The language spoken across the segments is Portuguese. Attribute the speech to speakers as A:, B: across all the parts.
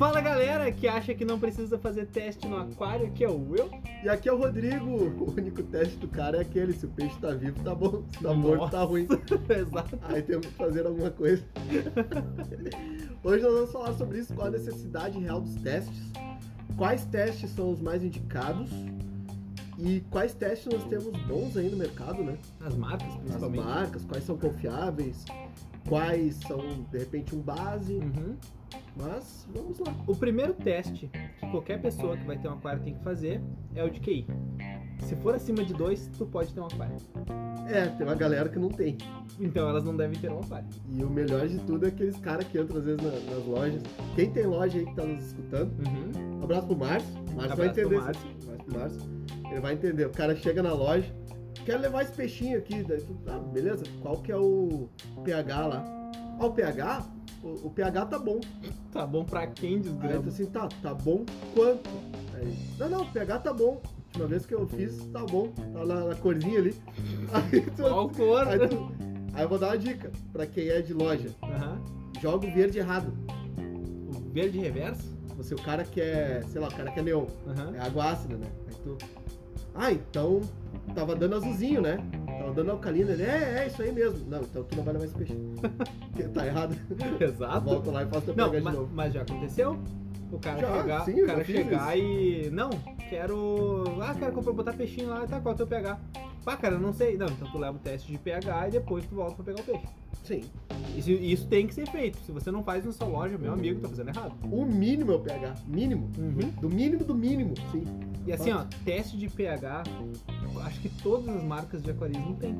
A: cara que acha que não precisa fazer teste no aquário, que é o Will.
B: E aqui é o Rodrigo. O único teste do cara é aquele: se o peixe tá vivo, tá bom. Se tá morto, tá ruim.
A: Exato.
B: Aí temos que fazer alguma coisa. Hoje nós vamos falar sobre isso, qual a necessidade real dos testes, quais testes são os mais indicados e quais testes nós temos bons aí no mercado, né?
A: As marcas,
B: As
A: principalmente.
B: marcas, quais são confiáveis, quais são, de repente, um base,
A: Uhum.
B: mas vamos lá.
A: O primeiro teste que qualquer pessoa que vai ter um aquário tem que fazer é o de QI. Se for acima de 2, tu pode ter um aquário.
B: É, tem uma galera que não tem.
A: Então elas não devem ter um aquário.
B: E o melhor de tudo é aqueles caras que entram às vezes na- nas lojas. Quem tem loja aí que tá nos escutando,
A: Uhum.
B: um abraço pro Márcio. O Márcio vai
A: Abraço pro
B: entender. esse-
A: Márcio.
B: Um abraço pro Márcio. Ele vai entender. O cara chega na loja, quer levar esse peixinho aqui. Daí tu, ah, beleza, qual que é o pH lá? Ó, o pH? O, o pH tá bom.
A: Tá bom pra quem
B: Aí tu
A: desgrama.
B: assim, tá, tá bom quanto? Aí, não, não, o pH tá bom. Última vez que eu fiz, tá bom. Tá na, na corzinha ali. Aí tu-
A: Qual cor?
B: aí tu- aí eu vou dar uma dica pra quem é de loja.
A: Aham.
B: Joga o verde errado.
A: O verde reverso?
B: Se o cara quer, sei lá, o cara quer neon,
A: Aham.
B: é água ácida, né? Aí tu. Ah, então tava dando azulzinho, né? Tava dando alcalina. Ele, é, é isso aí mesmo. Não, então tu não vai levar esse peixe. Porque tá errado.
A: Exato.
B: Volta lá e faz teu
A: Ah, Não,
B: pegar de
A: ma-
B: novo.
A: mas já aconteceu? O cara
B: Já,
A: chegar,
B: sim,
A: o
B: eu
A: cara
B: já fiz
A: chegar e. Não, quero. Ah, quero comprar, botar peixinho lá, tá, qual é o teu pH? Pá, cara, não sei. Não, então tu leva o teste de pH e depois tu volta pra pegar o peixe.
B: Sim.
A: Isso, isso tem que ser feito. Se você não faz na sua loja, meu amigo, tá fazendo errado.
B: O mínimo é o pH. Mínimo.
A: Uhum.
B: Do mínimo do mínimo. Sim.
A: E assim, ó, teste de pH, acho que todas as marcas de aquarismo tem.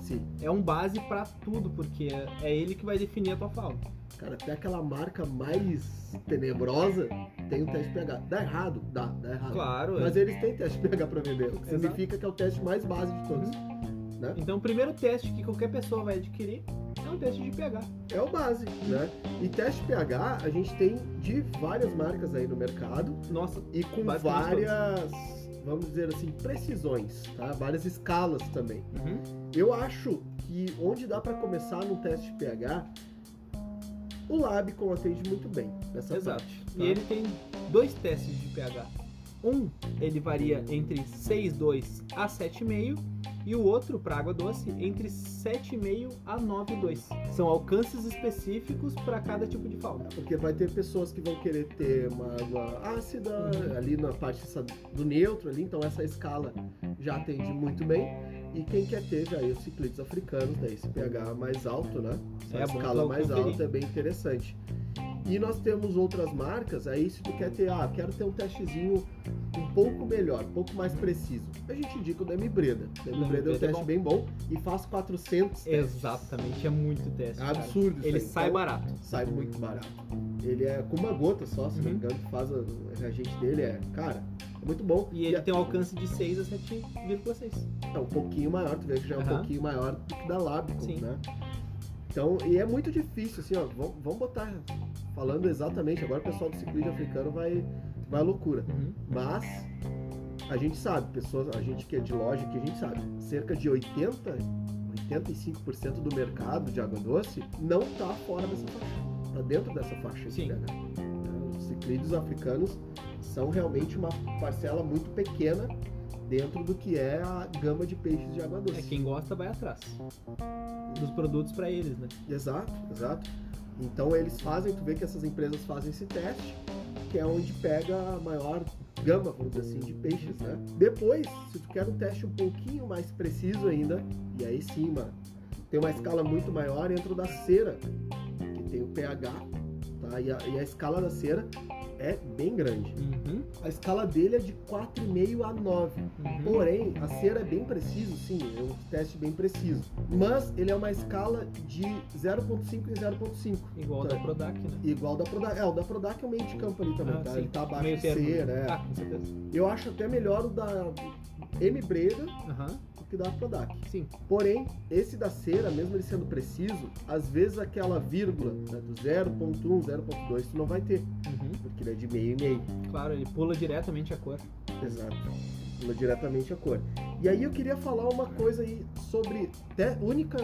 B: Sim.
A: É um base pra tudo, porque é- é ele que vai definir a tua fauna.
B: Cara, até aquela marca mais tenebrosa tem o teste de pH. Dá errado? Dá, dá errado.
A: Claro, é.
B: Uhum. Mas eles têm teste de pH pra vender. O que
A: Exato.
B: significa que é o teste mais básico de todos.
A: Então, o primeiro teste que qualquer pessoa vai adquirir é um teste de pH.
B: é o base, né? E teste pH a gente tem de várias marcas aí no mercado
A: Nossa,
B: e com
A: Basicamente
B: várias, vamos dizer assim, precisões, tá? Várias escalas também.
A: uhum.
B: Eu acho que onde dá pra começar no teste de pH, o Labcom atende muito bem nessa
A: Exato.
B: parte.
A: E ele tem dois testes de pH. Um, ele varia entre 6,2 a 7,5 e o outro, para água doce, entre 7,5 a 9,2. São alcances específicos para cada tipo de fauna.
B: Porque vai ter pessoas que vão querer ter uma água ácida
A: Uhum.
B: ali na parte essa- do neutro ali, então essa escala já atende muito bem. E quem quer ter já aí os ciclides africanos, daí esse pH mais alto, né? Essa
A: É bom
B: escala
A: tu
B: mais
A: conferir.
B: alta é bem interessante. E nós temos outras marcas, aí se tu quer ter, ah, quero ter um testezinho um pouco melhor, um pouco mais preciso. A gente indica o da Breda.
A: Demi
B: O Demi Breda é um
A: Breda é
B: teste
A: bom.
B: bem bom e faz 400 testes.
A: Exatamente, é muito teste.
B: É
A: cara.
B: absurdo isso
A: Ele
B: aí.
A: sai
B: Então,
A: barato.
B: sai muito barato. Ele é com uma gota só, se não
A: Uhum.
B: me engano, que faz a, o reagente dele, é, cara, é muito bom.
A: E ele
B: é,
A: tem um alcance de 6 a 7,6.
B: é um pouquinho maior, tu vê que já é um
A: Aham.
B: pouquinho maior do que da Labicon,
A: Sim.
B: né? Então, e é muito difícil, assim, ó, vamos, vamos botar, falando exatamente, agora o pessoal do ciclismo africano vai, vai à loucura.
A: Uhum.
B: Mas, a gente sabe, pessoas, a gente que é de loja, que a gente sabe, cerca de 80, 85% do mercado de água doce não tá fora dessa faixa. Tá dentro dessa faixa. esse
A: Sim.
B: pH. Então, Os ciclídeos africanos são realmente uma parcela muito pequena dentro do que é a gama de peixes de água
A: É
B: doce.
A: quem gosta vai atrás dos produtos para eles, né?
B: Exato, exato. Então eles fazem, tu vê que essas empresas fazem esse teste, que é onde pega a maior gama, vamos dizer assim, de peixes, né? Depois, se tu quer um teste um pouquinho mais preciso ainda, e aí sim, mano, tem uma escala muito maior, entra o da cera, que tem o pH, tá? E a, e a escala da cera é bem grande.
A: Uhum.
B: A escala dele é de 4,5 a 9.
A: Uhum.
B: Porém, a cera é bem preciso, sim, é um teste bem preciso. Mas ele é uma escala de 0.5 em 0.5.
A: Igual
B: Tá.
A: da Prodac, né?
B: Igual da Prodac. É, o da Prodac é o meio de campo ali também,
A: Ah,
B: tá?
A: sim.
B: Ele tá abaixo
A: Meio
B: de
A: termo. né?
B: cera, é.
A: Ah, com certeza.
B: Eu acho até melhor o da M Breda
A: Aham.
B: do que da Prodac.
A: Sim.
B: Porém, esse da cera, mesmo ele sendo preciso, às vezes aquela vírgula né, do 0.1, 0.2, tu não vai ter,
A: Uhum.
B: porque ele é de meio e meio.
A: Claro, ele pula diretamente a cor.
B: Exato. Pula diretamente a cor. E aí eu queria falar uma coisa aí sobre. Te, única,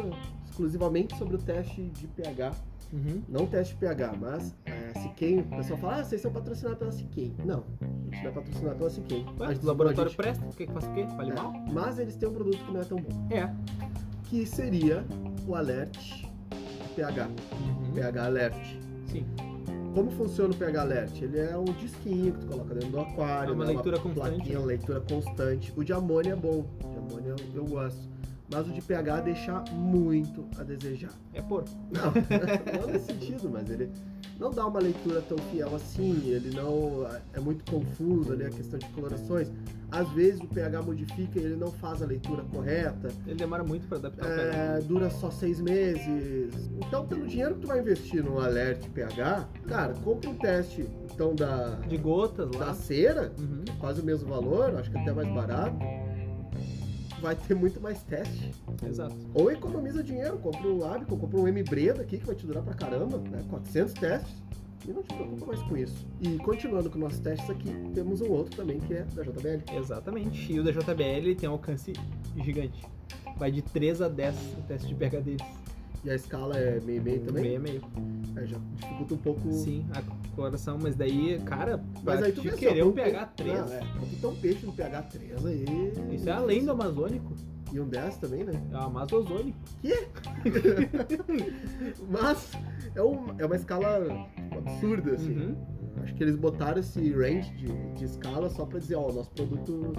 B: exclusivamente sobre o teste de pH.
A: Uhum.
B: Não teste de pH, mas é, Siquem, o pessoal fala, ah, vocês são patrocinados pela Siquem. Não, a gente não é patrocinado pela Siquem.
A: Ué,
B: A gente-
A: o laboratório
B: a gente-
A: presta, o que que faz o quê? Fale mal?
B: é, mas eles têm um produto que não é tão bom,
A: É.
B: que seria o Alert PH,
A: Uhum.
B: PH Alert.
A: É. Sim.
B: Como funciona o PH Alert? Ele é um disquinho que tu coloca dentro do aquário,
A: É uma
B: né,
A: leitura constante.
B: plaquinha, uma leitura constante. O de amônia é bom, o de amônia eu- eu gosto. Mas o de pH deixa muito a desejar.
A: É porco.
B: Não, não nesse sentido, mas ele não dá uma leitura tão fiel assim, ele não é muito confuso ali a questão de colorações. Às vezes o pH modifica e ele não faz a leitura correta,
A: Ele demora muito pra adaptar o pH.
B: é, dura só seis meses. Então, pelo dinheiro que tu vai investir num alert pH, cara, compra um teste então da,
A: De gotas lá.
B: da cera,
A: Uhum.
B: quase o mesmo valor, acho que até mais barato. Vai ter muito mais teste.
A: Exato.
B: Ou economiza dinheiro, compra um Abico, compra um M-Breda aqui que vai te durar pra caramba, né? 400 testes. E não te preocupa mais com isso. E continuando com nossos testes aqui, temos um outro também que é da JBL.
A: Exatamente. E o da JBL tem um alcance gigante. Vai de 3 a 10 o teste de pH deles.
B: E a escala é meio e meio também.
A: Meio a meio.
B: É, já dificulta um pouco.
A: Sim, a coloração, mas daí, cara,
B: Mas aí tu
A: de
B: vê
A: querer
B: só,
A: um pH 3.
B: Ah, é. Então um peixe no pH 3 aí.
A: Isso é além do Amazônico.
B: E um 10 também, né?
A: É o Amazozônico.
B: Mas é, um, é uma escala tipo, absurda, assim.
A: Uhum.
B: Acho que eles botaram esse range de, de escala só pra dizer, ó, o nosso produto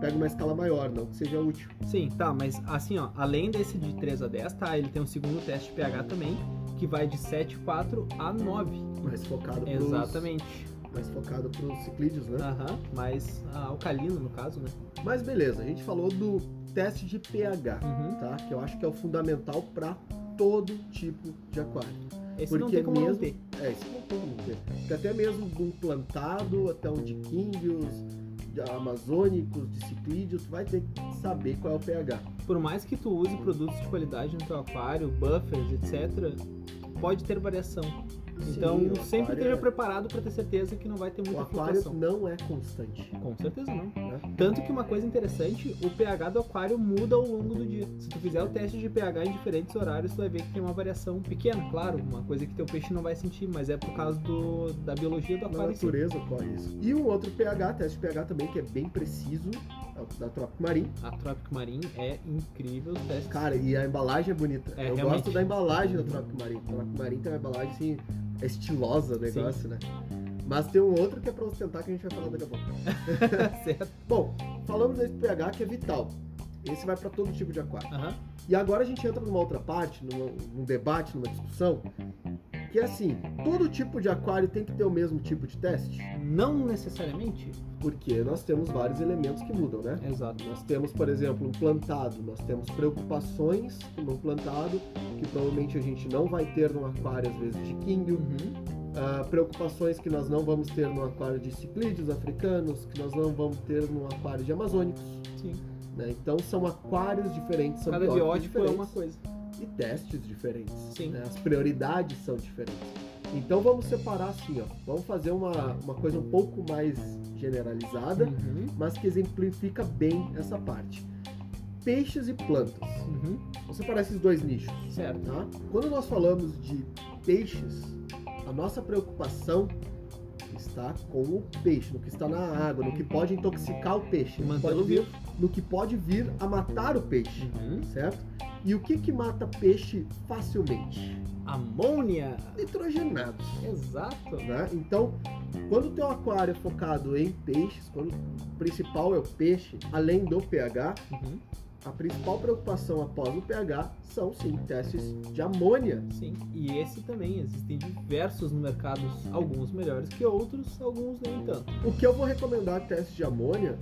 B: pega uma escala maior, não que seja útil.
A: Sim, tá, mas assim, ó, além desse de 3 a 10, tá? Ele tem um segundo teste de pH também, que vai de 7, 4 a 9.
B: Mais focado pros,
A: Exatamente.
B: Mais focado pros ciclídeos, né?
A: Aham, mas ah, alcalino no caso, né?
B: Mas beleza, a gente falou do teste de pH,
A: Uhum.
B: tá? Que eu acho que é o fundamental pra todo tipo de aquário.
A: Esse não
B: Porque
A: tem como não
B: mesmo-
A: ter.
B: É, isso não tem como ver. Porque até mesmo de um plantado, até um de químbios, de amazônicos, de ciclídeos, tu vai ter que saber qual é o pH.
A: Por mais que tu use produtos de qualidade no teu aquário, buffers, etc., pode ter variação. Então,
B: Sim, o
A: sempre
B: aquário
A: esteja
B: é-
A: preparado para ter certeza que não vai ter
B: O
A: muita
B: aquário
A: flutuação.
B: não é constante.
A: Com certeza não.
B: né?
A: Tanto que uma coisa interessante, o pH do aquário muda ao longo do dia. Se tu fizer o teste de pH em diferentes horários, tu vai ver que tem uma variação pequena, claro, uma coisa que teu peixe não vai sentir, mas é por causa do, da biologia do
B: Na
A: aquário. em si.
B: natureza ocorre isso. E um outro pH, teste de pH também, que é bem preciso, é o da Tropic Marim.
A: A Tropic Marine é incrível os testes.
B: Cara, e a embalagem é bonita.
A: É,
B: eu
A: realmente.
B: gosto da embalagem da Tropic Marim. A Tropic Marim tem uma embalagem assim, é estilosa o negócio, né? Mas tem um outro que é pra ostentar que a gente vai falar daqui a pouco.
A: Tá certo.
B: Bom, falamos desse pH que é vital. Esse vai para todo tipo de aquário.
A: Aham.
B: E agora a gente entra numa outra parte, numa- num debate, numa discussão, que é assim, todo tipo de aquário tem que ter o mesmo tipo de teste,
A: Não necessariamente.
B: porque nós temos vários elementos que mudam, né?
A: Exato.
B: Nós temos, por exemplo, um plantado, nós temos preocupações no plantado, que provavelmente a gente não vai ter num aquário, às vezes, de químbio,
A: Uhum.
B: ah, preocupações que nós não vamos ter num aquário de ciclídeos africanos, que nós não vamos ter num aquário de amazônicos.
A: Sim.
B: né? Então são aquários diferentes, são
A: Cada
B: biótipos
A: biótipo é
B: diferentes
A: uma coisa.
B: e testes diferentes.
A: Sim.
B: né? As prioridades são diferentes. Então vamos separar assim, ó. Vamos fazer uma, uma coisa um pouco mais generalizada,
A: Uhum.
B: mas que exemplifica bem essa parte. Peixes e plantas.
A: Uhum.
B: Vamos separar esses dois nichos,
A: Certo.
B: tá? Quando nós falamos de peixes, a nossa preocupação está com o peixe, no que está na água, no que pode intoxicar o peixe, no que
A: Mantê-lo
B: pode vir- no que pode vir a matar o peixe
A: Uhum.
B: certo? E o que que mata peixe facilmente?
A: Amônia.
B: Nitrogenados,
A: Exato.
B: né? Então, quando o teu aquário é focado em peixes, quando o principal é o peixe, além do pH,
A: Uhum.
B: a principal preocupação após o pH são sim testes de amônia.
A: Sim, e esse também. Existem diversos no mercado, alguns melhores que outros, alguns nem tanto.
B: O que eu vou recomendar testes de amônia,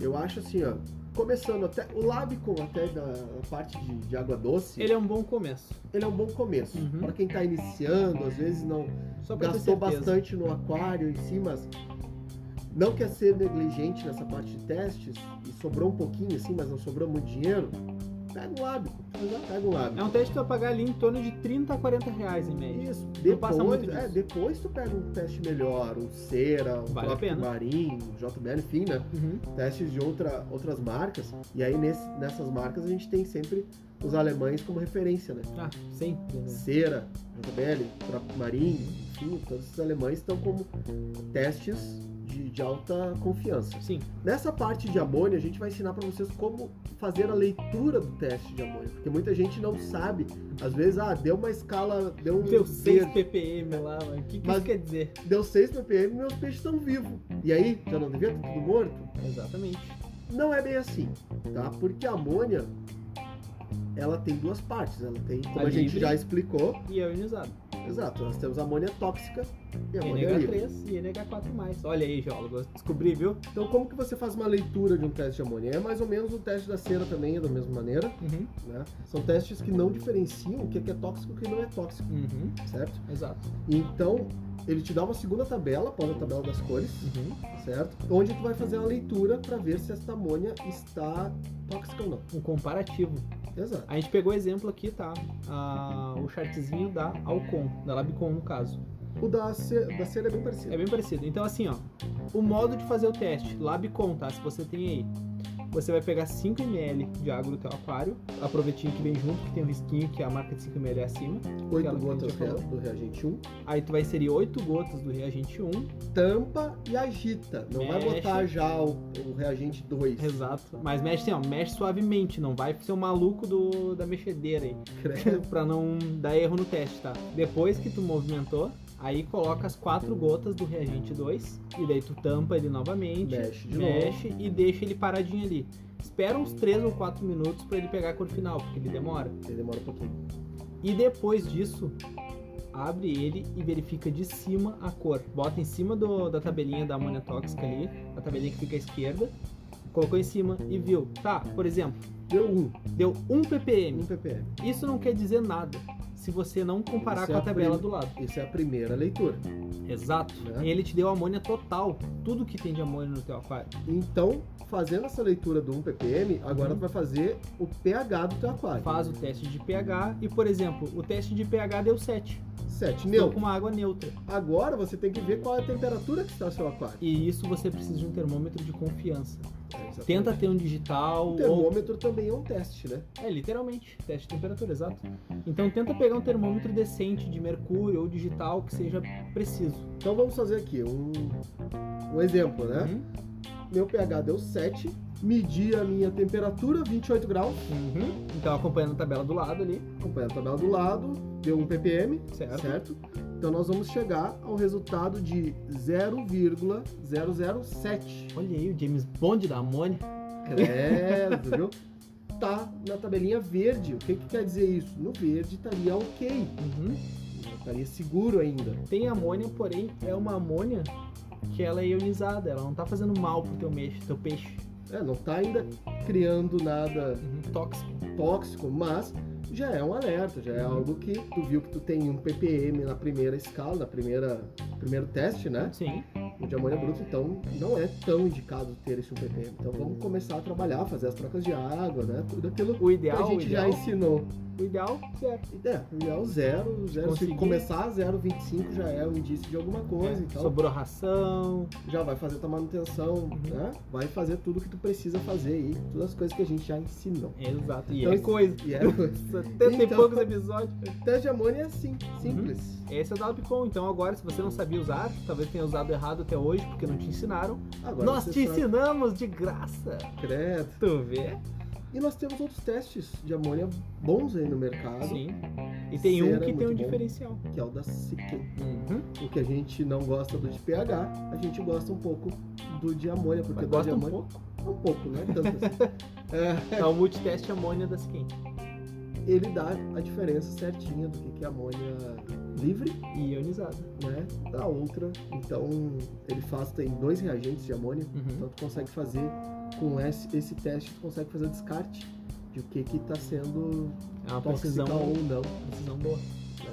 B: eu acho assim, ó, começando até o Labicon até da parte de, de água doce, ele,
A: Ele é um bom começo,
B: é um bom começo.
A: Uhum.
B: Para quem está iniciando, às vezes não
A: só pra ter
B: gastou
A: certeza.
B: bastante no aquário em si, mas não quer ser negligente nessa parte de testes e sobrou um pouquinho assim, mas não sobrou muito dinheiro, pega um lábico, pega um
A: É
B: lábico.
A: um teste que tu vai pagar ali em torno de 30 a 40 reais em média.
B: Isso,
A: é, Não passa
B: depois,
A: muito
B: é,
A: disso.
B: depois tu pega um teste melhor, um cera, um
A: Vale a
B: Tropic
A: pena.
B: marinho, um JBL, enfim, né?
A: Uhum.
B: Testes de outra, outras marcas. E aí nesse- nessas marcas a gente tem sempre os alemães como referência, né?
A: Ah, sempre, né?
B: Cera, JBL, Tropic marinho, golfinho, todos esses alemães estão como testes de, de alta confiança.
A: Sim,
B: Nessa parte de amônia, a gente vai ensinar para vocês como fazer a leitura do teste de amônia, porque muita gente não sabe. Às vezes, ah, deu uma escala, deu um
A: deu 6
B: verde,
A: ppm lá, mano. O que, que
B: Mas-
A: isso quer dizer?
B: deu 6 ppm, meus peixes estão vivos. E aí, já não devia estar tudo morto?
A: Exatamente.
B: Não é bem assim, tá? Porque a amônia ela tem duas partes, ela tem, como
A: A
B: a, gente
A: livre.
B: já explicou,
A: E é ionizado.
B: exato, nós temos a amônia tóxica e a amônia livre.
A: NH3 e NH4+. Olha aí, geólogo, descobri, viu?
B: Então, como que você faz uma leitura de um teste de amônia? É mais ou menos o teste da cera também, é da mesma maneira,
A: Uhum,
B: né? São testes que não diferenciam o que é tóxico e o que não é tóxico,
A: uhum,
B: certo?
A: exato.
B: Então, ele te dá uma segunda tabela, após a tabela das cores,
A: Uhum.
B: certo? Onde tu vai fazer uma leitura para ver se essa amônia está tóxica ou não.
A: Um comparativo.
B: Exato.
A: A gente pegou exemplo aqui, tá? Ah, o chartzinho da Alcon, da Labcon no caso.
B: O da cera, da cera é bem
A: É
B: parecido.
A: bem parecido. Então assim, ó, o modo de fazer o teste, Labcon, tá? Se você tem aí. Você vai pegar 5ml de água do teu aquário, a provetinha que vem junto, que tem um risquinho, que a marca de 5ml é acima. aquela
B: Oito
A: que a
B: gotas
A: gente já falou.
B: do um. reagente 1.
A: Aí tu vai inserir 8 gotas do reagente 1,
B: Tampa e agita. Não vai
A: Mexe.
B: botar já o, o reagente 2.
A: Exato. Mas mexe assim, ó, mexe suavemente, não vai ser o maluco do, da mexedeira aí. pra não dar erro no teste, tá? Depois que tu movimentou, aí coloca as quatro gotas do reagente 2 e daí tu tampa ele novamente,
B: Mexe de novo.
A: mexe e deixa ele paradinho ali. Espera uns 3 ou 4 minutos pra ele pegar a cor final, porque ele demora.
B: Ele demora um pouquinho.
A: E depois disso, abre ele e verifica de cima a cor. Bota em cima do- da tabelinha da amônia tóxica ali, a tabelinha que fica à esquerda. Colocou em cima e viu. Tá, por exemplo,
B: Deu 1,
A: deu 1 ppm.
B: 1 ppm.
A: Isso não quer dizer nada se você não comparar
B: Isso é
A: com a tabela
B: aprende-
A: do lado.
B: Essa é a primeira leitura.
A: Exato.
B: Né?
A: Ele te deu amônia total, tudo que tem de amônia no teu aquário.
B: Então, fazendo essa leitura do 1 ppm, agora
A: Uhum.
B: tu vai fazer o pH do teu aquário.
A: Faz o teste de pH e, por exemplo, o teste de pH deu 7.
B: 7
A: Estou com
B: neutro.
A: uma água neutra.
B: Agora você tem que ver qual é a temperatura que está o seu aquário.
A: E isso você precisa de um termômetro de confiança.
B: É, exatamente.
A: Tenta ter um digital
B: O
A: ou
B: termômetro também é um teste, né?
A: É, literalmente, teste de temperatura, exato. Então tenta pegar um termômetro decente de mercúrio ou digital que seja preciso.
B: Então vamos fazer aqui um, um exemplo, né?
A: Uhum.
B: Meu pH deu 7, medi a minha temperatura, 28 graus,
A: Uhum. Então acompanhando a tabela do lado ali,
B: acompanha a tabela do lado, deu 1 ppm,
A: certo?
B: certo? Então nós vamos chegar ao resultado de 0,007.
A: Olha aí o James Bond da Amônia.
B: Credo, viu? Tá na tabelinha verde. O que, que quer dizer isso? No verde estaria ok.
A: Uhum.
B: Estaria seguro ainda.
A: Tem amônia, porém é uma amônia que ela é ionizada, ela não tá fazendo mal pro teu peixe, teu peixe.
B: É, não tá ainda criando nada
A: Uhum. Tóxico.
B: tóxico, mas já é um alerta, já é
A: Uhum.
B: algo que tu viu que tu tem um ppm na primeira escala, na primeira primeiro teste, né?
A: Sim.
B: O de amônia bruta, então não é tão indicado ter esse um ppm. Então vamos começar a trabalhar, fazer as trocas de água, né? Tudo aquilo
A: O
B: que a
A: ideal, o
B: gente já é
A: ideal,
B: ensinou.
A: o ideal, certo.
B: É, é o zero, zero se
A: Conseguir. É,
B: começar a 0,25 já é um indício de alguma coisa, então
A: Sobrou ração.
B: já vai fazer tua manutenção,
A: Uhum.
B: né? Vai fazer tudo que tu precisa fazer aí, todas as coisas que a gente já ensinou.
A: Exato. E
B: Então,
A: é coisa.
B: E é
A: 70 e
B: Então-
A: poucos episódios.
B: teste de amônia é assim, simples.
A: Esse é o Dalpicon, então agora se você não sabia usar, talvez tenha usado errado até hoje, porque não te ensinaram.
B: Agora
A: Nós
B: você
A: te
B: sabe.
A: ensinamos de graça.
B: Credo.
A: Tu vê?
B: E nós temos outros testes de amônia bons aí no mercado,
A: Sim. E tem um
B: Será
A: que tem
B: muito
A: um
B: bom.
A: diferencial.
B: que é o da CQ.
A: Uhum.
B: O que a gente não gosta do de pH, a gente gosta um pouco do de amônia, porque
A: Mas gosta
B: o do de
A: um
B: amônia
A: pouco.
B: um pouco, né? Tanto assim. É.
A: É o multiteste amônia da Skin.
B: ele dá a diferença certinha do que que é amônia livre,
A: E ionizada.
B: né, da outra. Então, ele faz, tem dois reagentes de amônia,
A: Uhum.
B: então tu consegue fazer, com esse, esse teste, tu consegue fazer o descarte de o que que tá sendo
A: É uma
B: tóxica
A: precisão,
B: ou não.
A: precisão boa.
B: né?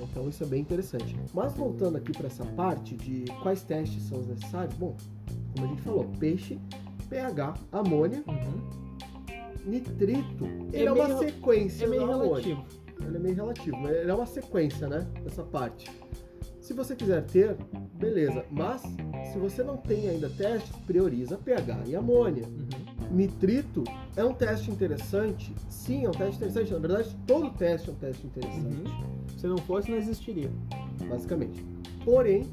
B: Então, isso é bem interessante. Mas, voltando aqui para essa parte de quais testes são os necessários, bom, como a gente falou, peixe, pH, amônia,
A: Uhum.
B: nitrito,
A: É
B: ele é, uma
A: meio-
B: sequência
A: É meio
B: da amônia.
A: relativo.
B: Ele é meio relativo, mas ele é uma sequência, né? Essa parte. Se você quiser ter, beleza. Mas se você não tem ainda teste, prioriza pH e amônia.
A: Uhum.
B: Nitrito é um teste interessante?
A: Uhum.
B: Sim, é um teste interessante. Na verdade, todo teste é um teste interessante.
A: Se não fosse, não existiria.
B: basicamente. Porém,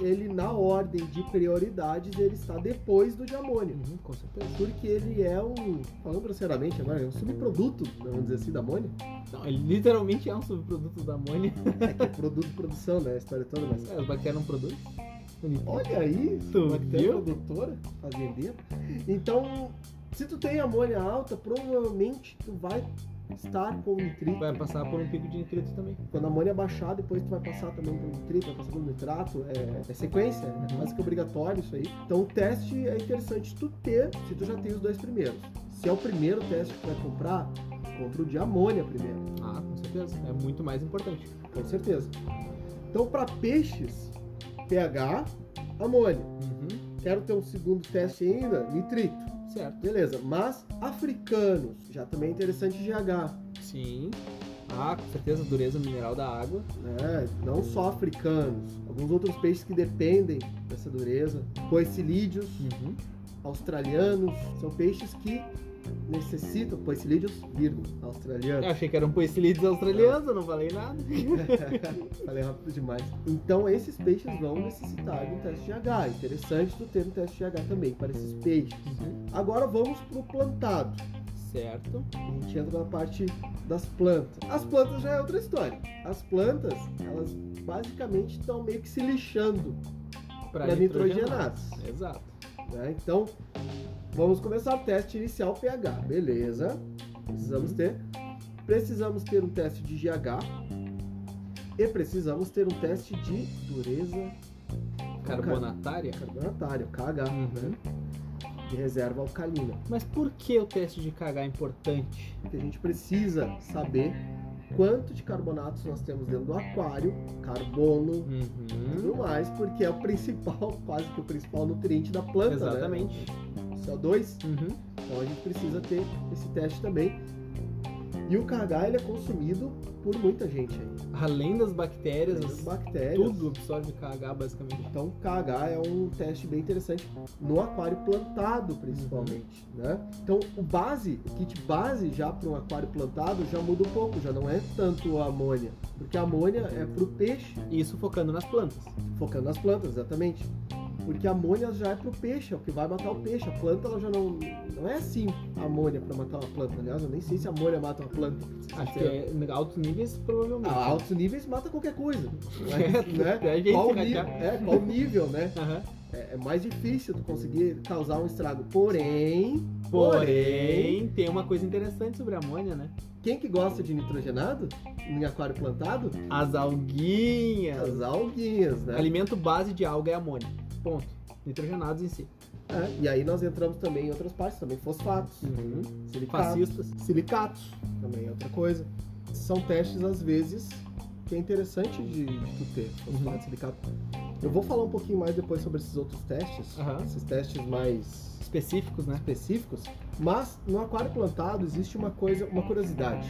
B: ele na ordem de prioridades, ele está depois do de amônio.
A: Uhum, com certeza.
B: Porque ele é um, falando grosseiramente agora, é um subproduto, vamos dizer assim, da amônia.
A: Não, ele literalmente é um subproduto da amônia.
B: É que é produto de produção, né? A história toda, mas...
A: As bactérias não produzem.
B: Olha aí,
A: Tu
B: bactéria
A: viu?
B: produtora, fazendeira. Então, se tu tem amônia alta, provavelmente tu vai estar com um nitrito.
A: Vai passar por um pico de nitrito também.
B: Quando a amônia baixar, depois tu vai passar também pelo nitrito, vai passar pelo nitrato, é, é sequência, é quase que obrigatório isso aí. Então o teste é interessante tu ter, se tu já tem os dois primeiros. Se é o primeiro teste que tu vai comprar, compra o de amônia primeiro,
A: Ah, com certeza. É muito mais importante.
B: com certeza. Então para peixes, pH, amônia.
A: Uhum.
B: Quero ter um segundo teste ainda, nitrito.
A: Certo.
B: Beleza, mas africanos, já também é interessante GH,
A: Sim. Ah, com certeza, dureza mineral da água.
B: né? Não só africanos, alguns outros peixes que dependem dessa dureza, coicilídeos,
A: Uhum.
B: australianos, são peixes que necessitam, coicilídeos, vírgula,
A: Eu
B: australianos.
A: achei que eram poecilides australianos, eu não falei nada.
B: Falei rápido demais. Então esses peixes vão necessitar de um teste GH, interessante tu ter um teste GH também para esses peixes.
A: Uhum.
B: Agora vamos pro plantado,
A: Certo.
B: a gente entra na parte das plantas. As plantas já é outra história. As plantas, elas basicamente estão meio que se lixando
A: Pra
B: para nitrogenados.
A: Exato.
B: né? Então, vamos começar o teste inicial pH, beleza? Precisamos ter, precisamos ter um teste de GH e precisamos ter um teste de dureza
A: Carbonatária.
B: carbonatária, o KH,
A: Uhum.
B: né? de reserva alcalina.
A: Mas por que o teste de KH é importante?
B: que a gente precisa saber quanto de carbonatos nós temos dentro do aquário, carbono e
A: Uhum.
B: tudo mais, porque é o principal, quase que o principal nutriente da planta,
A: Exatamente.
B: né? CO2.
A: Uhum.
B: Então a gente precisa ter esse teste também. E o KH ele é consumido por muita gente aí.
A: Além das bactérias,
B: As bactérias.
A: tudo absorve KH basicamente.
B: Então, KH é um teste bem interessante no aquário plantado, principalmente, né? Então, o base, o kit base já para um aquário plantado já muda um pouco, já não é tanto a amônia, porque a amônia é para o peixe,
A: Isso focando nas plantas.
B: focando nas plantas, exatamente. Porque a amônia já é para o peixe, é o que vai matar o peixe. A planta ela já não não é assim a amônia para matar uma planta. Aliás, eu nem sei se a amônia mata uma planta.
A: Acho que é em altos níveis, provavelmente.
B: a altos níveis mata qualquer coisa.
A: É,
B: né?
A: Até a gente
B: Qual,
A: se
B: ni-
A: cagar.
B: é, qual nível, né?
A: Aham.
B: é é mais difícil tu conseguir causar um estrago. Porém,
A: Porém, tem uma coisa interessante sobre a amônia, né?
B: quem que gosta de nitrogenado em aquário plantado?
A: As alguinhas.
B: As alguinhas, né?
A: Alimento base de alga é amônia. Ponto. Nitrogenados em si.
B: É, e aí nós entramos também em outras partes, também fosfatos, Uhum. silicatos,
A: Fascistas.
B: silicatos, também é outra coisa. São testes, às vezes, que é interessante de, de tu ter, fosfato,
A: Uhum.
B: silicato. Eu vou falar um pouquinho mais depois sobre esses outros testes,
A: Aham.
B: esses testes mais
A: Específicos, né?
B: específicos, mas no aquário plantado existe uma coisa, uma curiosidade.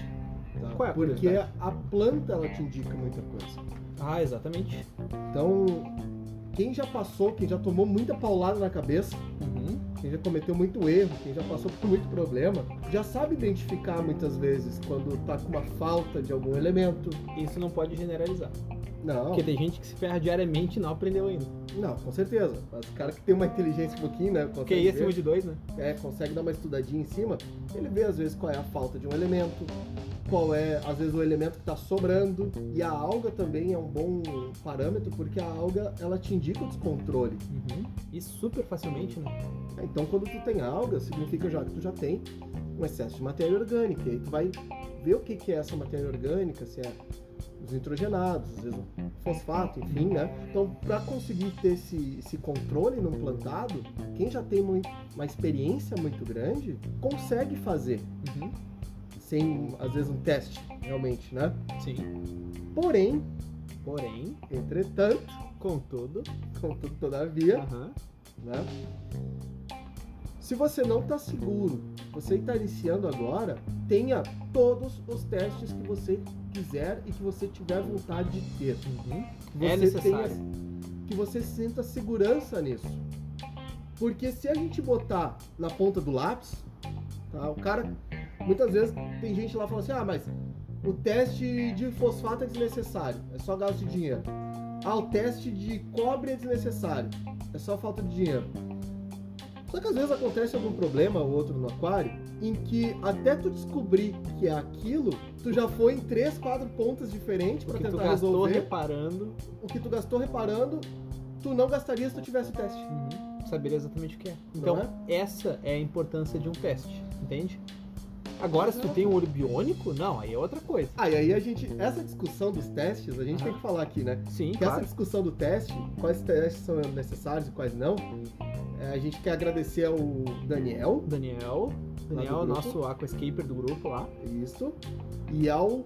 B: tá?
A: Qual é a
B: Porque
A: curiosidade?
B: a planta ela te indica muita coisa.
A: Ah, exatamente.
B: Então, quem já passou, quem já tomou muita paulada na cabeça,
A: Uhum.
B: quem já cometeu muito erro, quem já passou por muito problema, já sabe identificar muitas vezes quando tá com uma falta de algum elemento.
A: Isso não pode generalizar.
B: Não,
A: Porque tem gente que se ferra diariamente e não aprendeu ainda.
B: não, com certeza. Mas o cara que tem uma inteligência um pouquinho, né?
A: Porque
B: consegue
A: aí
B: ver.
A: acima de dois, né?
B: é, consegue dar uma estudadinha em cima, ele vê às vezes qual é a falta de um elemento, qual é às vezes o elemento que está sobrando. E a alga também é um bom parâmetro porque a alga ela te indica o descontrole. Uhum.
A: E super facilmente, né?
B: Então quando tu tem alga, significa já que tu já tem um excesso de matéria orgânica. E aí tu vai ver o que, que é essa matéria orgânica, se é os nitrogenados, às vezes o fosfato, enfim, né? Então, para conseguir ter esse, esse controle num plantado, quem já tem mui- uma experiência muito grande consegue fazer
A: Uhum.
B: sem, às vezes, um teste, realmente, né?
A: Sim.
B: Porém,
A: Porém,
B: entretanto,
A: contudo.
B: contudo, todavia,
A: Aham.
B: né? Se você não está seguro, você está iniciando agora, tenha todos os testes que você quiser e que você tiver vontade de ter.
A: Uhum.
B: Que
A: É
B: você
A: necessário.
B: tenha- que você sinta segurança nisso. Porque se a gente botar na ponta do lápis, tá? o cara, muitas vezes tem gente lá falando assim, ah, mas O teste de fosfato é desnecessário, é só gasto de dinheiro. Ah, o teste de cobre é desnecessário, é só falta de dinheiro. Só que às vezes acontece algum problema ou outro no aquário em que até tu descobrir que é aquilo, tu já foi em três, quatro pontas diferentes para
A: Porque tu
B: tentar
A: gastou
B: resolver.
A: reparando,
B: O que tu gastou reparando, tu não gastaria se tu tivesse o teste.
A: uhum, saber exatamente o que é.
B: Não
A: Então, essa é a importância de um teste, entende? Agora, se tu tem um olho biônico, não, aí é outra coisa.
B: Ah, e aí a gente. Essa discussão dos testes, a gente
A: Aham.
B: tem que falar aqui, né?
A: Sim,
B: Que essa
A: claro.
B: discussão do teste, quais testes são necessários e quais não, é, a gente quer agradecer ao Daniel,
A: Daniel, Daniel,
B: grupo.
A: nosso aquascaper do grupo lá.
B: isso, e ao,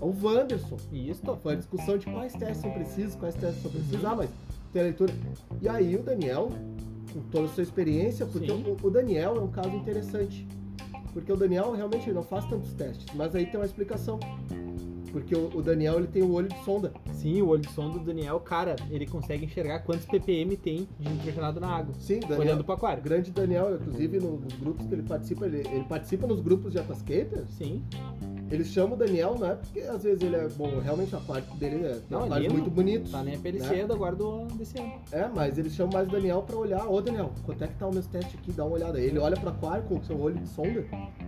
B: ao Wanderson.
A: E isso, tô-
B: Foi a discussão de quais testes são precisos, quais testes são precisos. Ah, mas tem a leitura. E aí o Daniel, com toda a sua experiência, porque
A: Sim.
B: o, o Daniel é um caso interessante. Porque o Daniel realmente ele não faz tantos testes, mas aí tem uma explicação. Porque o, o Daniel ele tem o olho de sonda.
A: sim, o olho de som do Daniel, cara, ele consegue enxergar quantos ppm tem de nitrogenado na água,
B: Sim, Daniel.
A: olhando pro
B: O
A: aquário.
B: grande Daniel, inclusive, no- nos grupos que ele participa, ele, ele participa nos grupos de aquascapers,
A: Sim,
B: eles chamam o Daniel, né? Porque às vezes ele é bom, realmente a parte dele é tem
A: Não, ele
B: aquários
A: é
B: muito né? bonitos.
A: tá na PLC do agora do, desse ano.
B: É, mas eles chamam mais o Daniel pra olhar, ô Daniel, quanto é que tá o meu teste aqui? Dá uma olhada. Ele olha pro aquário com o seu olho de sonda.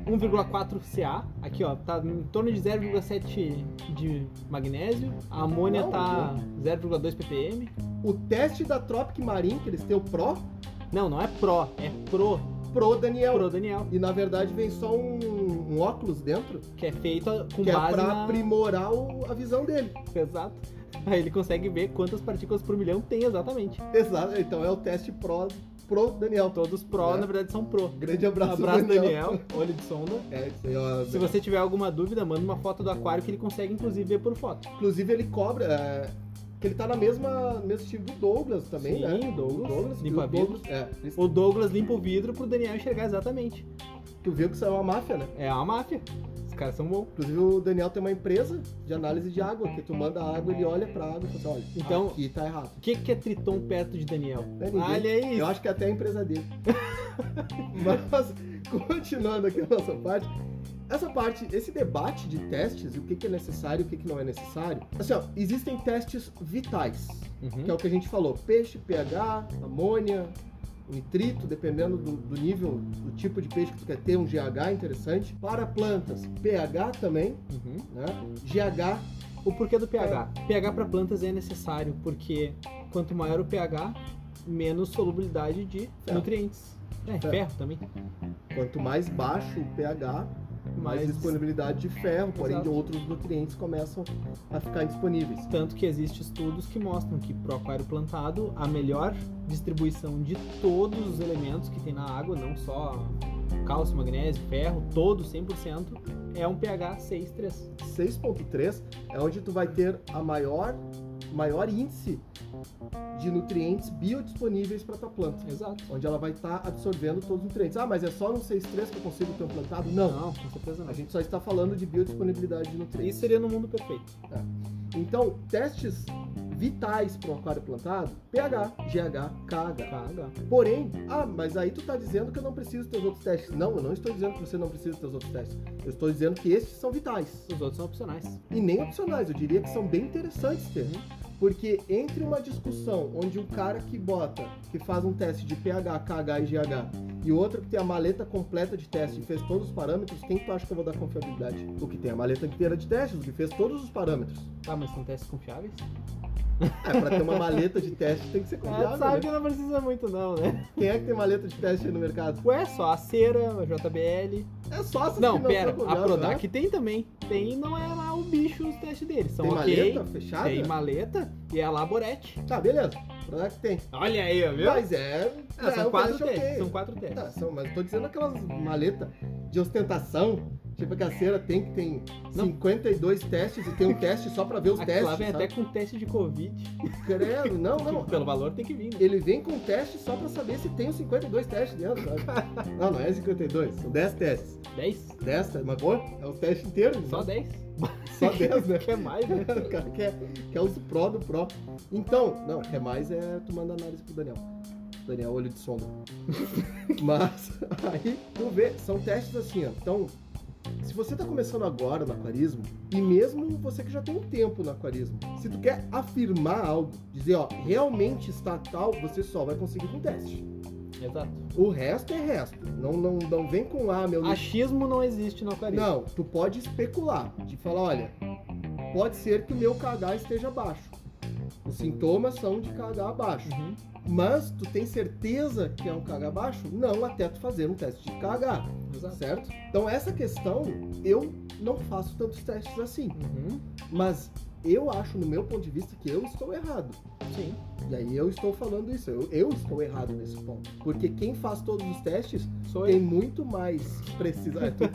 A: 1,4 CA, aqui ó, tá em torno de 0,7 de magnésio, a amônia
B: Não,
A: tá 0,2 ppm.
B: O teste da Tropic Marine, que eles têm o Pro,
A: Não, não é Pro, é Pro,
B: Pro Daniel.
A: Pro Daniel,
B: E na verdade vem só um, um óculos dentro,
A: que é feito com
B: que é
A: base
B: pra
A: na...
B: aprimorar o- a visão dele.
A: Exato. Aí ele consegue ver quantas partículas por milhão tem exatamente.
B: Exato, então é o teste Pro, pro Daniel.
A: Todos Pro,
B: É.
A: na verdade, são Pro.
B: Grande abraço,
A: Abraço, Daniel. Olho de sonda.
B: É, isso aí, ó,
A: Se você tiver alguma dúvida, manda uma foto do aquário que ele consegue, inclusive, ver por foto.
B: Inclusive, ele cobra. é, que ele tá na mesma, mesmo estilo do Douglas também,
A: Sim,
B: né?
A: o Douglas,
B: que
A: limpa
B: o
A: vidro.
B: Douglas, é, eles-
A: O Douglas limpa o vidro pro Daniel enxergar exatamente.
B: tu viu que saiu uma máfia, né?
A: É uma máfia. Os caras são bons.
B: Inclusive, o Daniel tem uma empresa de análise de água, que tu manda a água, ele olha pra água e fala assim, olha,
A: Então-
B: aqui tá errado.
A: O que, que é Triton perto de Daniel?
B: Não é ninguém.
A: Olha isso.
B: Eu acho que é até a empresa dele. Mas, continuando aqui a nossa parte, essa parte, esse debate de testes, e o que, que é necessário e o que, que não é necessário, assim, ó, existem testes vitais. que é
A: Uhum.
B: o que a gente falou: peixe, pH, amônia, nitrito, dependendo do, do nível, do tipo de peixe que tu quer ter, um GH interessante. Para plantas, pH também,
A: Uhum.
B: né? GH,
A: O porquê do pH? pH para plantas é necessário, porque quanto maior o pH, menos solubilidade de
B: Ferro.
A: nutrientes. É,
B: Ferro.
A: ferro também.
B: quanto mais baixo o pH, mais
A: Mas
B: disponibilidade de ferro, porém de
A: Exato.
B: outros nutrientes começam a ficar indisponíveis.
A: Tanto que existem estudos que mostram que pro aquário plantado, a melhor distribuição de todos os elementos que tem na água, não só cálcio, magnésio, ferro, todo 100%, é um pH 6,3.
B: 6.3 é onde tu vai ter a maior maior índice de nutrientes biodisponíveis para tua planta.
A: Exato.
B: onde ela vai estar absorvendo todos os nutrientes. Ah, mas é só no 6.3 que eu consigo ter um plantado? Não.
A: Não, com certeza
B: A
A: não.
B: gente só está falando de biodisponibilidade de nutrientes.
A: Isso seria no mundo perfeito.
B: Então, testes vitais para um aquário plantado, pH, GH, KH.
A: KH.
B: Porém, ah, mas aí tu tá dizendo que eu não preciso dos teus outros testes. Não, eu não estou dizendo que você não precisa dos teus outros testes. Eu estou dizendo que estes são vitais.
A: Os outros são opcionais.
B: E nem opcionais, eu diria que são bem interessantes ter.
A: Uhum.
B: Porque entre uma discussão onde um cara que bota, que faz um teste de pH, KH e GH, e outro que tem a maleta completa de teste e fez todos os parâmetros, quem tu acha que eu vou dar confiabilidade? O que tem a maleta inteira de testes, o que fez todos os parâmetros.
A: Tá, mas são testes confiáveis?
B: É, pra ter uma maleta de teste tem que ser
A: Ah,
B: confiável,
A: sabe
B: né?
A: que não precisa muito não, né?
B: Quem é que tem maleta de teste aí no mercado?
A: Ué, só a cera, a JBL...
B: É só essas
A: Não,
B: que
A: pera,
B: são
A: a
B: confiáveis, né?
A: Prodac tem também. Tem, não é lá o bicho os testes deles. São
B: Tem
A: ok.
B: maleta fechada?
A: Tem maleta e é a Laborete.
B: Tá, beleza. Prodac tem.
A: Olha aí, ó, viu?
B: Mas é...
A: Ah,
B: é
A: são,
B: um
A: quatro
B: teste
A: testes,
B: ok.
A: são quatro testes.
B: Tá, são, mas eu tô dizendo aquelas maletas de ostentação, tipo que a cera tem que tem
A: Não.
B: 52 testes e tem um teste só pra ver os
A: Aquilo lá
B: testes.
A: vem
B: sabe?
A: até com teste de Covid.
B: Credo, não, não.
A: que pelo valor tem que vir. né?
B: Ele vem com um teste só pra saber se tem os 52 testes dentro, sabe? Não, não é 52, são 10 testes.
A: 10?
B: 10, tá? mas pô, é o teste inteiro,
A: Só
B: né?
A: 10?
B: Só 10, né?
A: Quer mais, né?
B: o cara quer, quer os pró do pró. Então, não, quer mais é tu manda análise pro Daniel. Daniel, olho de sonda. Mas aí, tu vê, são testes assim, ó. Então, se você está começando agora no aquarismo, e mesmo você que já tem um tempo no aquarismo, se tu quer afirmar algo, dizer, ó, realmente está tal, você só vai conseguir com teste.
A: Exato.
B: O resto é resto. Não, não, não vem com, ah, meu...
A: Achismo não existe no aquarismo.
B: Não, tu pode especular, de falar, olha, pode ser que o meu KH esteja baixo. Os sintomas são de KH baixo.
A: Uhum.
B: Mas tu tem certeza que é um KH baixo? Não, até tu fazer um teste de KH,
A: Exato.
B: certo? Então essa questão eu não faço tantos testes assim,
A: Uhum.
B: mas eu acho no meu ponto de vista que eu estou errado.
A: Sim.
B: E aí eu estou falando isso, eu, eu estou errado nesse ponto, porque quem faz todos os testes
A: Sou
B: tem
A: eu.
B: muito mais precisão, é, tu-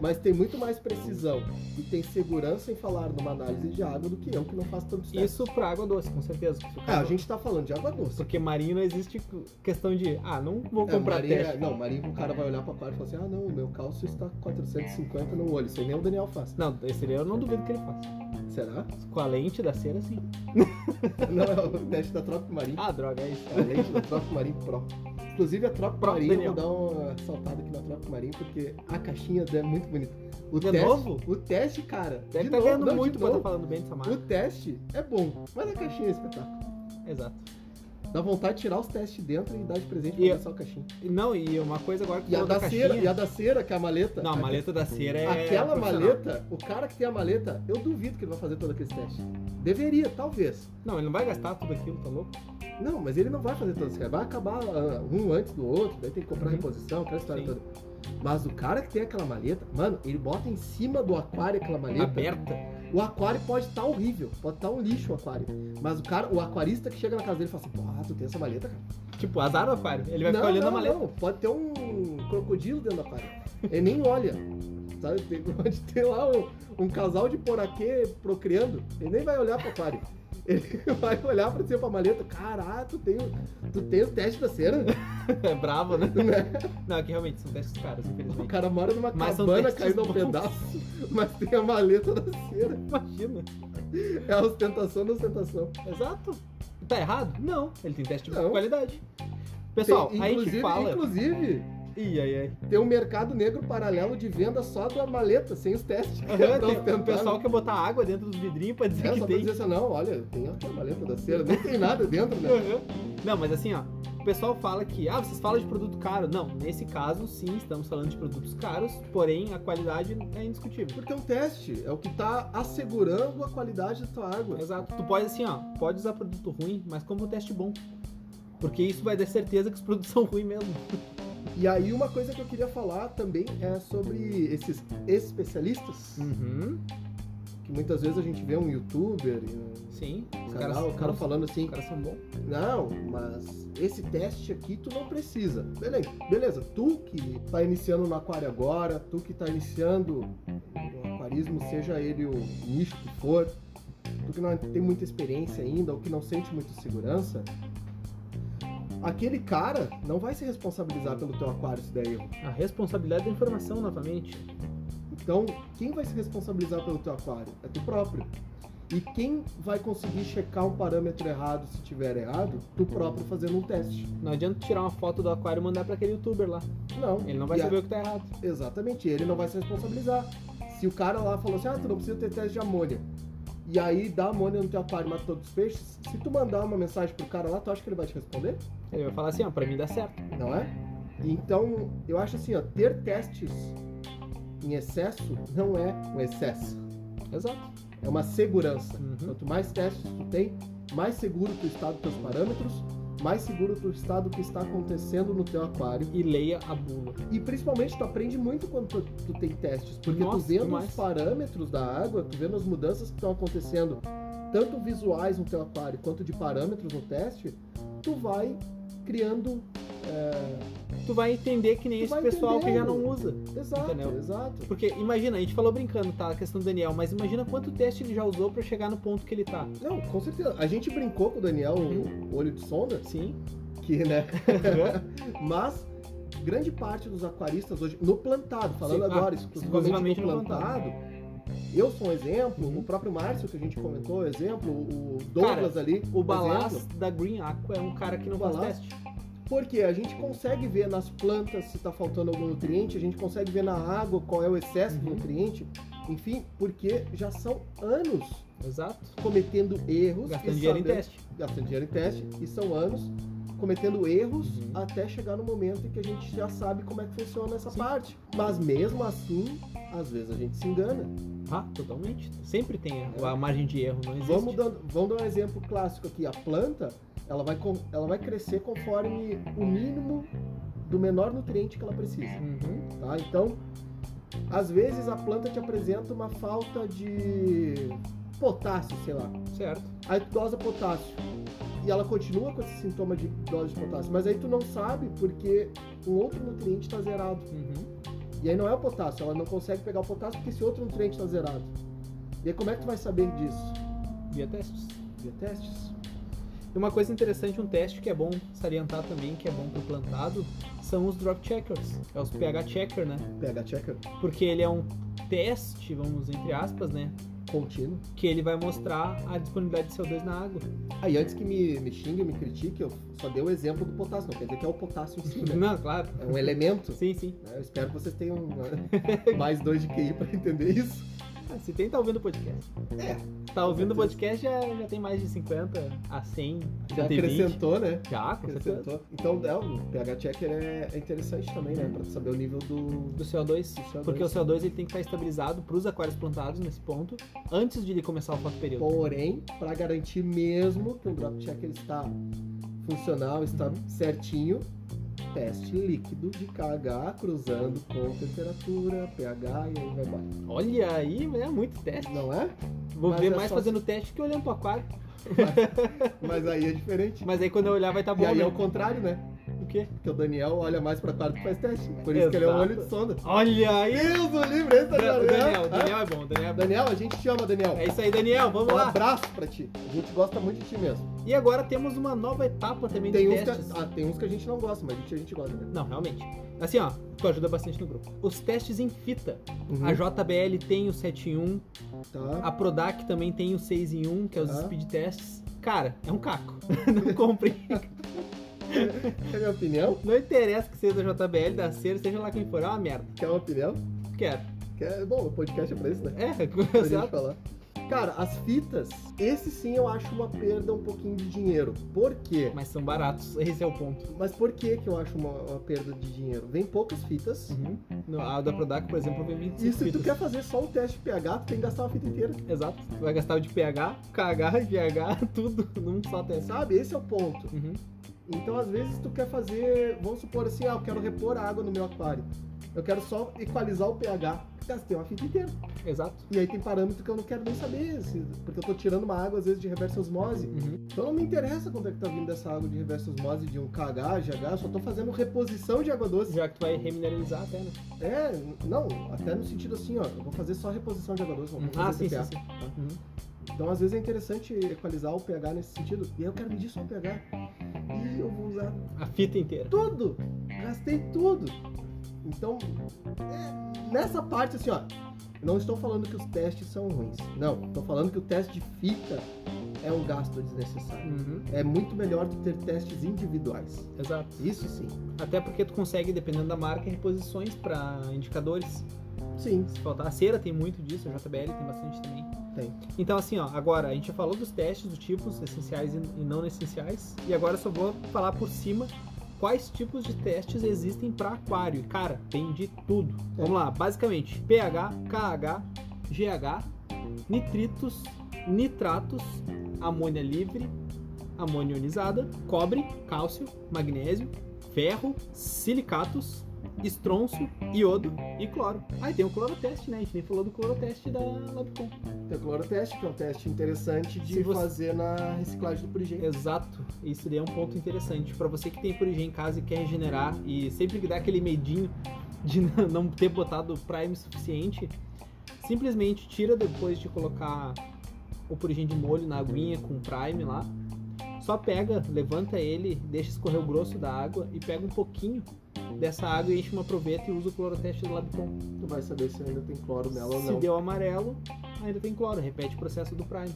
B: mas tem muito mais precisão e tem segurança em falar numa análise de água do que eu que não faço tantos testes.
A: Isso pra água doce, com certeza. Porque
B: Ah, a gente tá falando de água doce.
A: Porque marinho não existe questão de, ah, não vou
B: É,
A: comprar
B: Maria-
A: teste.
B: Não, Marinho, o cara vai olhar pra quadra e falar assim: ah, não, meu calço está 450 no olho. Isso aí nem o Daniel faz.
A: Não, esse daí eu não duvido que ele faça.
B: Será?
A: Com a lente da cera, sim.
B: não, é o teste da Trop Marinho.
A: Ah, droga, é isso.
B: É a lente da Trop Marinho Pro. Inclusive, a Trop
A: Pro,
B: Marinho,
A: Daniel.
B: vou dar uma saltada aqui na Trop Marinho, porque a caixinha dela é muito bonita. O
A: De
B: teste,
A: novo?
B: O teste, cara.
A: Deve estar
B: de novo,
A: ganhando
B: não, de
A: muito pra estar
B: novo.
A: falando bem dessa
B: O
A: marca.
B: teste é bom, mas a caixinha é espetáculo.
A: Exato.
B: Dá vontade de tirar os testes de dentro e dar de presente
A: E
B: pra
A: a-
B: pessoal a caixinha.
A: E Não, e uma coisa agora que
B: E a
A: falou da
B: da cera, e
A: caixinha.
B: a da cera, que é a maleta.
A: Não, a maleta da cera é.
B: Aquela
A: profissional.
B: maleta, o cara que tem a maleta, eu duvido que ele vai fazer todo aquele teste. Deveria, talvez.
A: Não, ele não vai gastar tudo aquilo, tá louco?
B: Não, mas ele não vai fazer todo esse cara. Vai acabar ah, um antes do outro, daí tem que comprar
A: Uhum.
B: reposição, aquela história
A: Sim.
B: toda. Mas o cara que tem aquela maleta, mano, ele bota em cima do aquário
A: É
B: aquela maleta.
A: Aberta.
B: O aquário pode estar horrível, pode estar um lixo o aquário. Mas o cara, o aquarista que chega na casa dele e fala assim, ah, tu tem essa maleta, cara?
A: Tipo, azar do aquário. Ele vai ficar olhando a maleta.
B: Não, pode ter um crocodilo dentro da parede. Ele nem olha. Sabe? Tem- Pode ter lá um, um casal de poraquê procriando. Ele nem vai olhar pra aquário. Ele vai olhar pra você pra maleta. Caraca, tu tem, o- tu tem o teste da cera?
A: É bravo, né?
B: Né?
A: Não, é que realmente são testes caros,
B: O
A: infelizmente.
B: cara mora numa
A: Mas são
B: cabana
A: testes
B: caindo ao
A: bons.
B: pedaço, mas tem a maleta da cera.
A: Imagina.
B: É a ostentação da ostentação.
A: Exato. Tá errado? Não. Ele tem teste de
B: Não.
A: qualidade. Pessoal,
B: Tem-
A: aí a gente
B: inclusive-
A: fala.
B: Inclusive,
A: Ih, ai, ai.
B: tem um mercado negro paralelo de venda só da maleta, sem os testes.
A: Aham,
B: Pra
A: tem-
B: ostentar,
A: Então, o pessoal
B: né?
A: quer botar água dentro dos vidrinhos pra dizer
B: É,
A: que
B: só pra
A: tem.
B: dizer assim, não, olha, tem aqui a maleta da cera, nem tem nada dentro, né?
A: Aham. Não, mas assim, ó. O pessoal fala que, ah, vocês falam de produto caro. Não, nesse caso, sim, estamos falando de produtos caros, porém a qualidade é indiscutível.
B: Porque é um teste, é o que tá assegurando a qualidade da tua água.
A: Exato. Tu pode, assim, ó, pode usar produto ruim, mas como um teste bom. Porque isso vai dar certeza que os produtos são ruins mesmo.
B: E aí uma coisa que eu queria falar também é sobre esses especialistas,
A: Uhum.
B: que muitas vezes a gente vê um youtuber, e um
A: Sim. Os caras
B: canal, o cara falando assim,
A: Os caras são bons.
B: não, mas esse teste aqui tu não precisa. Beleza, beleza. tu que tá iniciando no aquário agora, tu que tá iniciando no aquarismo, seja ele o nicho que for, tu que não tem muita experiência ainda ou que não sente muita segurança, aquele cara não vai se responsabilizar pelo teu aquário se der erro.
A: A responsabilidade da informação, novamente.
B: Então, quem vai se responsabilizar pelo teu aquário? É tu próprio. E quem vai conseguir checar um parâmetro errado se tiver errado? Tu próprio fazendo um teste.
A: Não adianta tirar uma foto do aquário e mandar pra aquele youtuber lá.
B: Não.
A: Ele não vai
B: E a-
A: saber o que tá errado.
B: Exatamente, ele não vai se responsabilizar. Se o cara lá falou assim, ah, tu não precisa ter teste de amônia. E aí dá amônia no teu aquário e mata todos os peixes, se tu mandar uma mensagem pro cara lá, tu acha que ele vai te responder?
A: Ele vai falar assim, ó, pra mim dá certo.
B: Não é? Então, eu acho assim, ó, ter testes em excesso não é um excesso.
A: Exato.
B: É uma segurança.
A: Uhum.
B: Quanto mais testes tu tem, mais seguro tu está dos teus parâmetros, mais seguro tu está do que está acontecendo no teu aquário.
A: E leia a bula.
B: E principalmente tu aprende muito quando tu, tu tem testes, porque
A: Nossa,
B: tu vendo
A: demais.
B: os parâmetros da água, tu vendo as mudanças que estão acontecendo, tanto visuais no teu aquário quanto de parâmetros no teste, tu vai criando.
A: Tu vai entender que nem
B: É. Tu
A: esse
B: vai
A: pessoal que já
B: entendendo.
A: não usa.
B: Exato,
A: Entendeu?
B: exato.
A: Porque imagina, a gente falou brincando, tá? A questão do Daniel, mas imagina quanto teste ele já usou pra chegar no ponto que ele tá.
B: Não, com certeza. A gente brincou com o Daniel, o olho de sonda,
A: Uhum. Sim.
B: que, né?
A: Aham.
B: Mas grande parte dos aquaristas hoje, no plantado, falando
A: Sim, ah,
B: agora
A: exclusivamente
B: exclusivamente no
A: no
B: plantado, eu sou um exemplo,
A: Uhum.
B: o próprio Márcio que a gente comentou é um exemplo, o Douglas
A: o
B: ali. é um exemplo.
A: Balas da Green Aqua é um cara que não
B: O Balas?
A: faz teste.
B: Porque a gente consegue ver nas plantas se está faltando algum nutriente, a gente consegue ver na água qual é o excesso de
A: Uhum.
B: nutriente, enfim, porque já são anos
A: Exato.
B: cometendo erros.
A: Gastando
B: e
A: dinheiro em
B: sabendo-
A: teste.
B: Gastando dinheiro em teste, e são anos cometendo erros
A: Uhum.
B: até chegar no momento em que a gente já sabe como é que funciona essa
A: Sim.
B: parte. Mas mesmo assim, às vezes a gente se engana.
A: Ah, totalmente. Sempre tem a, a margem de erro, não existe.
B: É. Vamos, dando, vamos dar um exemplo clássico aqui. A planta, ela vai, com- ela vai crescer conforme o mínimo do menor nutriente que ela precisa,
A: Uhum.
B: tá? Então, às vezes a planta te apresenta uma falta de potássio, sei lá.
A: Certo.
B: Aí tu dosa potássio e ela continua com esse sintoma de dose de potássio, mas aí tu não sabe porque um outro nutriente está zerado.
A: Uhum.
B: E aí não é o potássio, ela não consegue pegar o potássio porque esse outro nutriente está zerado. E aí como é que tu vai saber disso?
A: Via testes.
B: Via testes.
A: E uma coisa interessante, um teste que é bom salientar também, que é bom pro plantado, são os drop checkers. É os pH checker, né?
B: pH checker
A: Porque ele é um teste, vamos entre aspas, né?
B: contínuo.
A: Que ele vai mostrar a disponibilidade de CO2 na água.
B: Aí antes que me, me xingue, me critique, eu só dei o exemplo do potássio, não quer dizer que é o potássio em si, né?
A: Não, claro.
B: É um elemento.
A: Sim, sim.
B: né? Eu espero que vocês tenham né, mais dois de QI pra entender isso.
A: Ah, Se tem, tá ouvindo o podcast. É. Tá ouvindo o podcast, já, já tem mais de 50 a 100,
B: Já
A: 120.
B: acrescentou, né?
A: Já, com certeza.
B: Acrescentou. Então, é, o pH checker é, é interessante também, né? Pra tu saber o nível do.
A: Do CO2,
B: CO2.
A: porque o CO2 ele tem que estar estabilizado pros aquários plantados nesse ponto, antes de ele começar o fotoperíodo.
B: Porém, pra garantir mesmo que o drop checker está funcional, está certinho, teste líquido de KH cruzando com temperatura, pH e aí vai embora.
A: Olha aí, é muito teste.
B: Não é?
A: Vou
B: Mas
A: ver
B: é
A: mais
B: só
A: fazendo teste que olhando pro aquário.
B: Mas aí é diferente.
A: Mas aí quando eu olhar vai estar tá
B: e
A: bom.
B: aí
A: né?
B: é o contrário, né?
A: O quê?
B: Porque o Daniel olha mais pra quarto que faz teste. Por isso que ele é um
A: Exato.
B: olho de sonda.
A: Olha aí!
B: Deus do livre, esse Daniel.
A: Daniel, Daniel,
B: Hã?
A: é bom, Daniel é bom.
B: Daniel, a gente te ama, Daniel.
A: É isso aí, Daniel, vamos
B: um
A: lá.
B: abraço pra ti. A gente gosta muito de ti mesmo.
A: E agora temos uma nova etapa também
B: Tem
A: de
B: uns, que,
A: testes. Ah,
B: ah, tem uns que a gente não gosta, mas de ti a gente gosta, né?
A: Não, realmente. Assim, ó, tu ajuda bastante no grupo. Os testes em fita. A
B: A jo-
A: JBL tem o 7 em 1,
B: Uhum. Tá.
A: a Prodac também tem o 6 em 1, que é os
B: Tá.
A: speed tests. Cara, é um caco. Não comprem.
B: Quer minha opinião?
A: Não interessa que seja da JBL, da Cera, seja lá quem for, é uma merda.
B: Quer uma opinião?
A: Quero.
B: Quer... Bom, o podcast é pra isso, né?
A: É,
B: Pra gente
A: exato.
B: falar. Cara, as fitas, esse sim eu acho uma perda um pouquinho de dinheiro. Por quê?
A: Mas são baratos, esse é o ponto.
B: Mas por que que eu acho uma, uma perda de dinheiro? Vem poucas fitas.
A: Uhum. No- a da Prodac, por exemplo, vem 25
B: E se tu
A: fitas.
B: quer fazer só um teste de pH, tu tem que gastar uma fita inteira.
A: Exato. Tu vai gastar o de pH, KH, GH, tudo num só teste.
B: Sabe? Esse é o ponto.
A: Uhum.
B: Então, às vezes, tu quer fazer, vamos supor assim, ah, eu quero repor a água no meu aquário. Eu quero só equalizar o pH. Gastei uma fita inteira.
A: Exato.
B: E aí tem parâmetro que eu não quero nem saber, se- porque eu tô tirando uma água, às vezes, de reversa osmose.
A: Uhum.
B: Então não me interessa quanto é que tá vindo dessa água de reversa osmose de um KH, GH, eu só tô fazendo reposição de água doce.
A: Uhum. Já que tu vai remineralizar até, né?
B: É, não, até no sentido assim, ó, eu vou fazer só reposição de água doce, não vou
A: Ah,
B: fazer
A: sim,
B: TPA.
A: sim, sim. Uhum.
B: Então às vezes é interessante equalizar o pH nesse sentido. E aí eu quero medir só o pH. E eu vou usar
A: A fita inteira.
B: tudo!
A: É.
B: Gastei tudo! Então, é, nessa parte assim, ó, eu não estou falando que os testes são ruins. Não, estou falando que o teste de fita é um gasto desnecessário.
A: Uhum.
B: É muito melhor tu ter testes individuais.
A: Exato.
B: Isso sim.
A: Até porque tu consegue, dependendo da marca, reposições pra indicadores.
B: Sim.
A: Se faltar a cera, tem muito disso, a JBL tem bastante também.
B: Tem.
A: Então, assim, ó, agora a gente já falou dos testes, dos tipos essenciais e e não essenciais. E agora eu só vou falar por cima quais tipos de testes existem para aquário. E, Cara, tem de tudo. Vamos lá, basicamente: pH, KH, GH, nitritos, nitratos, amônia livre, amônia ionizada, cobre, cálcio, magnésio, ferro, silicatos, estronço, iodo e cloro. Aí tem o cloroteste, né? A gente nem falou do cloroteste da Labcom.
B: Tem o cloroteste, que é um teste interessante de
A: Se você-
B: fazer na reciclagem do purigente.
A: Exato, isso daí é um ponto interessante. Pra você que tem purigem em casa e quer regenerar e sempre que dá aquele medinho de n- não ter botado prime suficiente, simplesmente tira depois de colocar o purigem de molho na aguinha com prime lá. Só pega, levanta ele, deixa escorrer o grosso da água e pega um pouquinho dessa água e enche uma proveta e usa o cloroteste do Labcom.
B: Tu vai saber se ainda tem cloro nela ou
A: Se
B: não.
A: deu amarelo, ainda tem cloro, repete o processo do prime.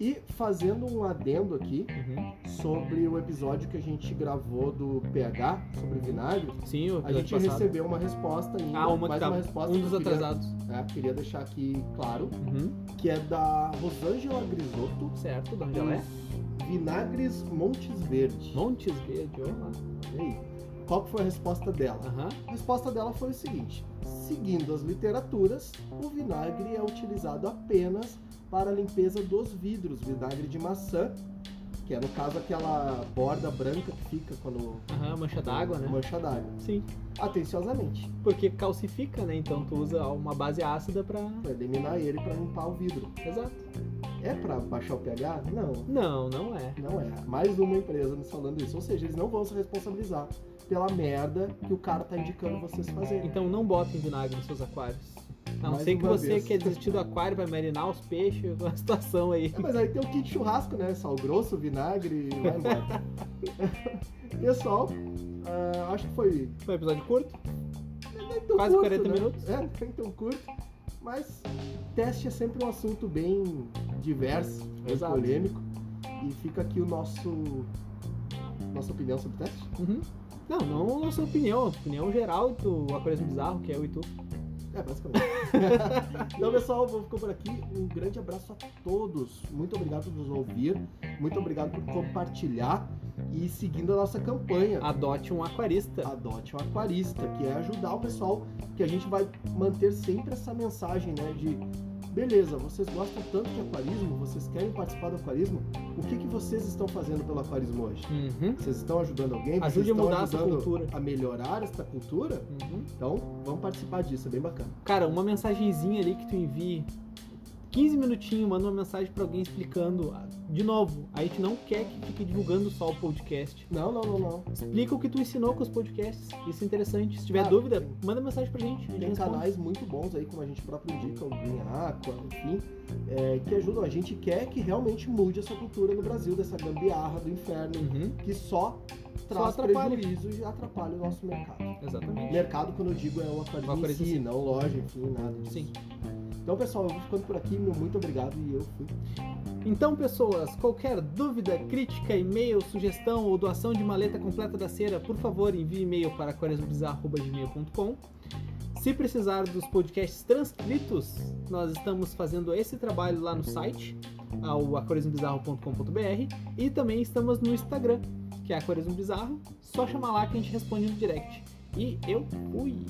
B: E fazendo um adendo aqui
A: Uhum.
B: sobre o episódio que a gente gravou do pH, sobre vinagre,
A: Sim, o
B: a
A: episódio
B: gente
A: passado.
B: recebeu uma resposta ainda,
A: Ah, uma que
B: mais
A: tá
B: uma resposta
A: um
B: que eu
A: dos
B: queria-
A: atrasados.
B: é, queria deixar aqui claro,
A: Uhum.
B: que é da Rosângela Grisotto,
A: Certo, de onde
B: Uhum.
A: ela é?
B: Vinagres Montes Verde.
A: Montes Verde, olha é lá.
B: E aí, qual que foi a resposta dela?
A: Aham.
B: A resposta dela foi o seguinte: seguindo as literaturas, o vinagre é utilizado apenas para a limpeza dos vidros, vinagre de maçã, que é no caso aquela borda branca que fica quando
A: Aham, mancha d'água, né?
B: mancha d'água.
A: Sim.
B: Atenciosamente,
A: Porque calcifica, né? Então tu usa uma base ácida pra.
B: para eliminar ele para limpar o vidro.
A: Exato.
B: É para baixar o pH? Não,
A: Não, não é.
B: Não é. Mais uma empresa nos falando isso. Ou seja, eles não vão se responsabilizar pela merda que o cara tá indicando vocês fazerem.
A: Então não botem vinagre nos seus aquários. A não
B: Mais
A: ser que
B: uma
A: você
B: vez.
A: quer desistir do aquário pra marinar os peixes, uma situação aí.
B: É, mas aí tem o kit churrasco, né? Sal grosso, vinagre, vai embora. Pessoal, ah, acho que foi
A: Foi um episódio curto?
B: nem tão
A: Quase
B: curto,
A: 40
B: né?
A: minutos.
B: É, nem tão curto. Mas teste é sempre um assunto bem diverso, bem
A: Exato.
B: polêmico. E fica aqui o nosso... Nossa opinião sobre teste.
A: Uhum. Não, não é a nossa opinião, a opinião geral do Aquarismo Bizarro, que é eu e tu.
B: É, basicamente. então, pessoal, vou ficando por aqui. Um grande abraço a todos. Muito obrigado por nos ouvir. Muito obrigado por compartilhar e seguindo a nossa campanha.
A: Adote um aquarista.
B: Adote um aquarista, que é ajudar o pessoal, que a gente vai manter sempre essa mensagem, né? De beleza, vocês gostam tanto de aquarismo, vocês querem participar do aquarismo, o que, que vocês estão fazendo pelo aquarismo hoje?
A: Uhum.
B: Vocês estão ajudando alguém? Vocês
A: Ajude a
B: estão
A: mudar essa
B: ajudando
A: cultura.
B: a melhorar esta cultura?
A: Uhum.
B: Então, vamos participar disso, é bem bacana.
A: Cara, uma mensagenzinha ali que tu envie. 15 minutinhos, manda uma mensagem pra alguém explicando. De novo, a gente não quer que fique divulgando só o podcast.
B: Não, não, não, não.
A: Explica o que tu ensinou com os podcasts. Isso é interessante. Se tiver
B: Cara,
A: dúvida,
B: tem-
A: manda mensagem pra gente. A gente
B: Tem
A: responde.
B: canais muito bons aí, como a gente próprio indica, o Green Aqua, enfim, é, que ajudam. A gente quer que realmente mude essa cultura no Brasil, dessa gambiarra do inferno,
A: Uhum.
B: que Hum. só traz
A: atrapalha.
B: prejuízo e atrapalha o nosso mercado.
A: Exatamente.
B: Mercado, quando eu digo, é uma
A: Uma
B: coisa em
A: coisa
B: si,
A: assim.
B: não loja, enfim, nada disso.
A: Sim.
B: Então, pessoal, eu vou ficando por aqui, meu muito obrigado e eu fui.
A: Então, pessoas, qualquer dúvida, crítica, e-mail, sugestão ou doação de maleta completa da cera, por favor, envie e-mail para quaresmobizarro.gmail.com. Se precisar dos podcasts transcritos, nós estamos fazendo esse trabalho lá no site, ao aquarismobizarro.com.br, e também estamos no Instagram, que é Aquarismo Bizarro. Só chamar lá que a gente responde no direct. E eu fui!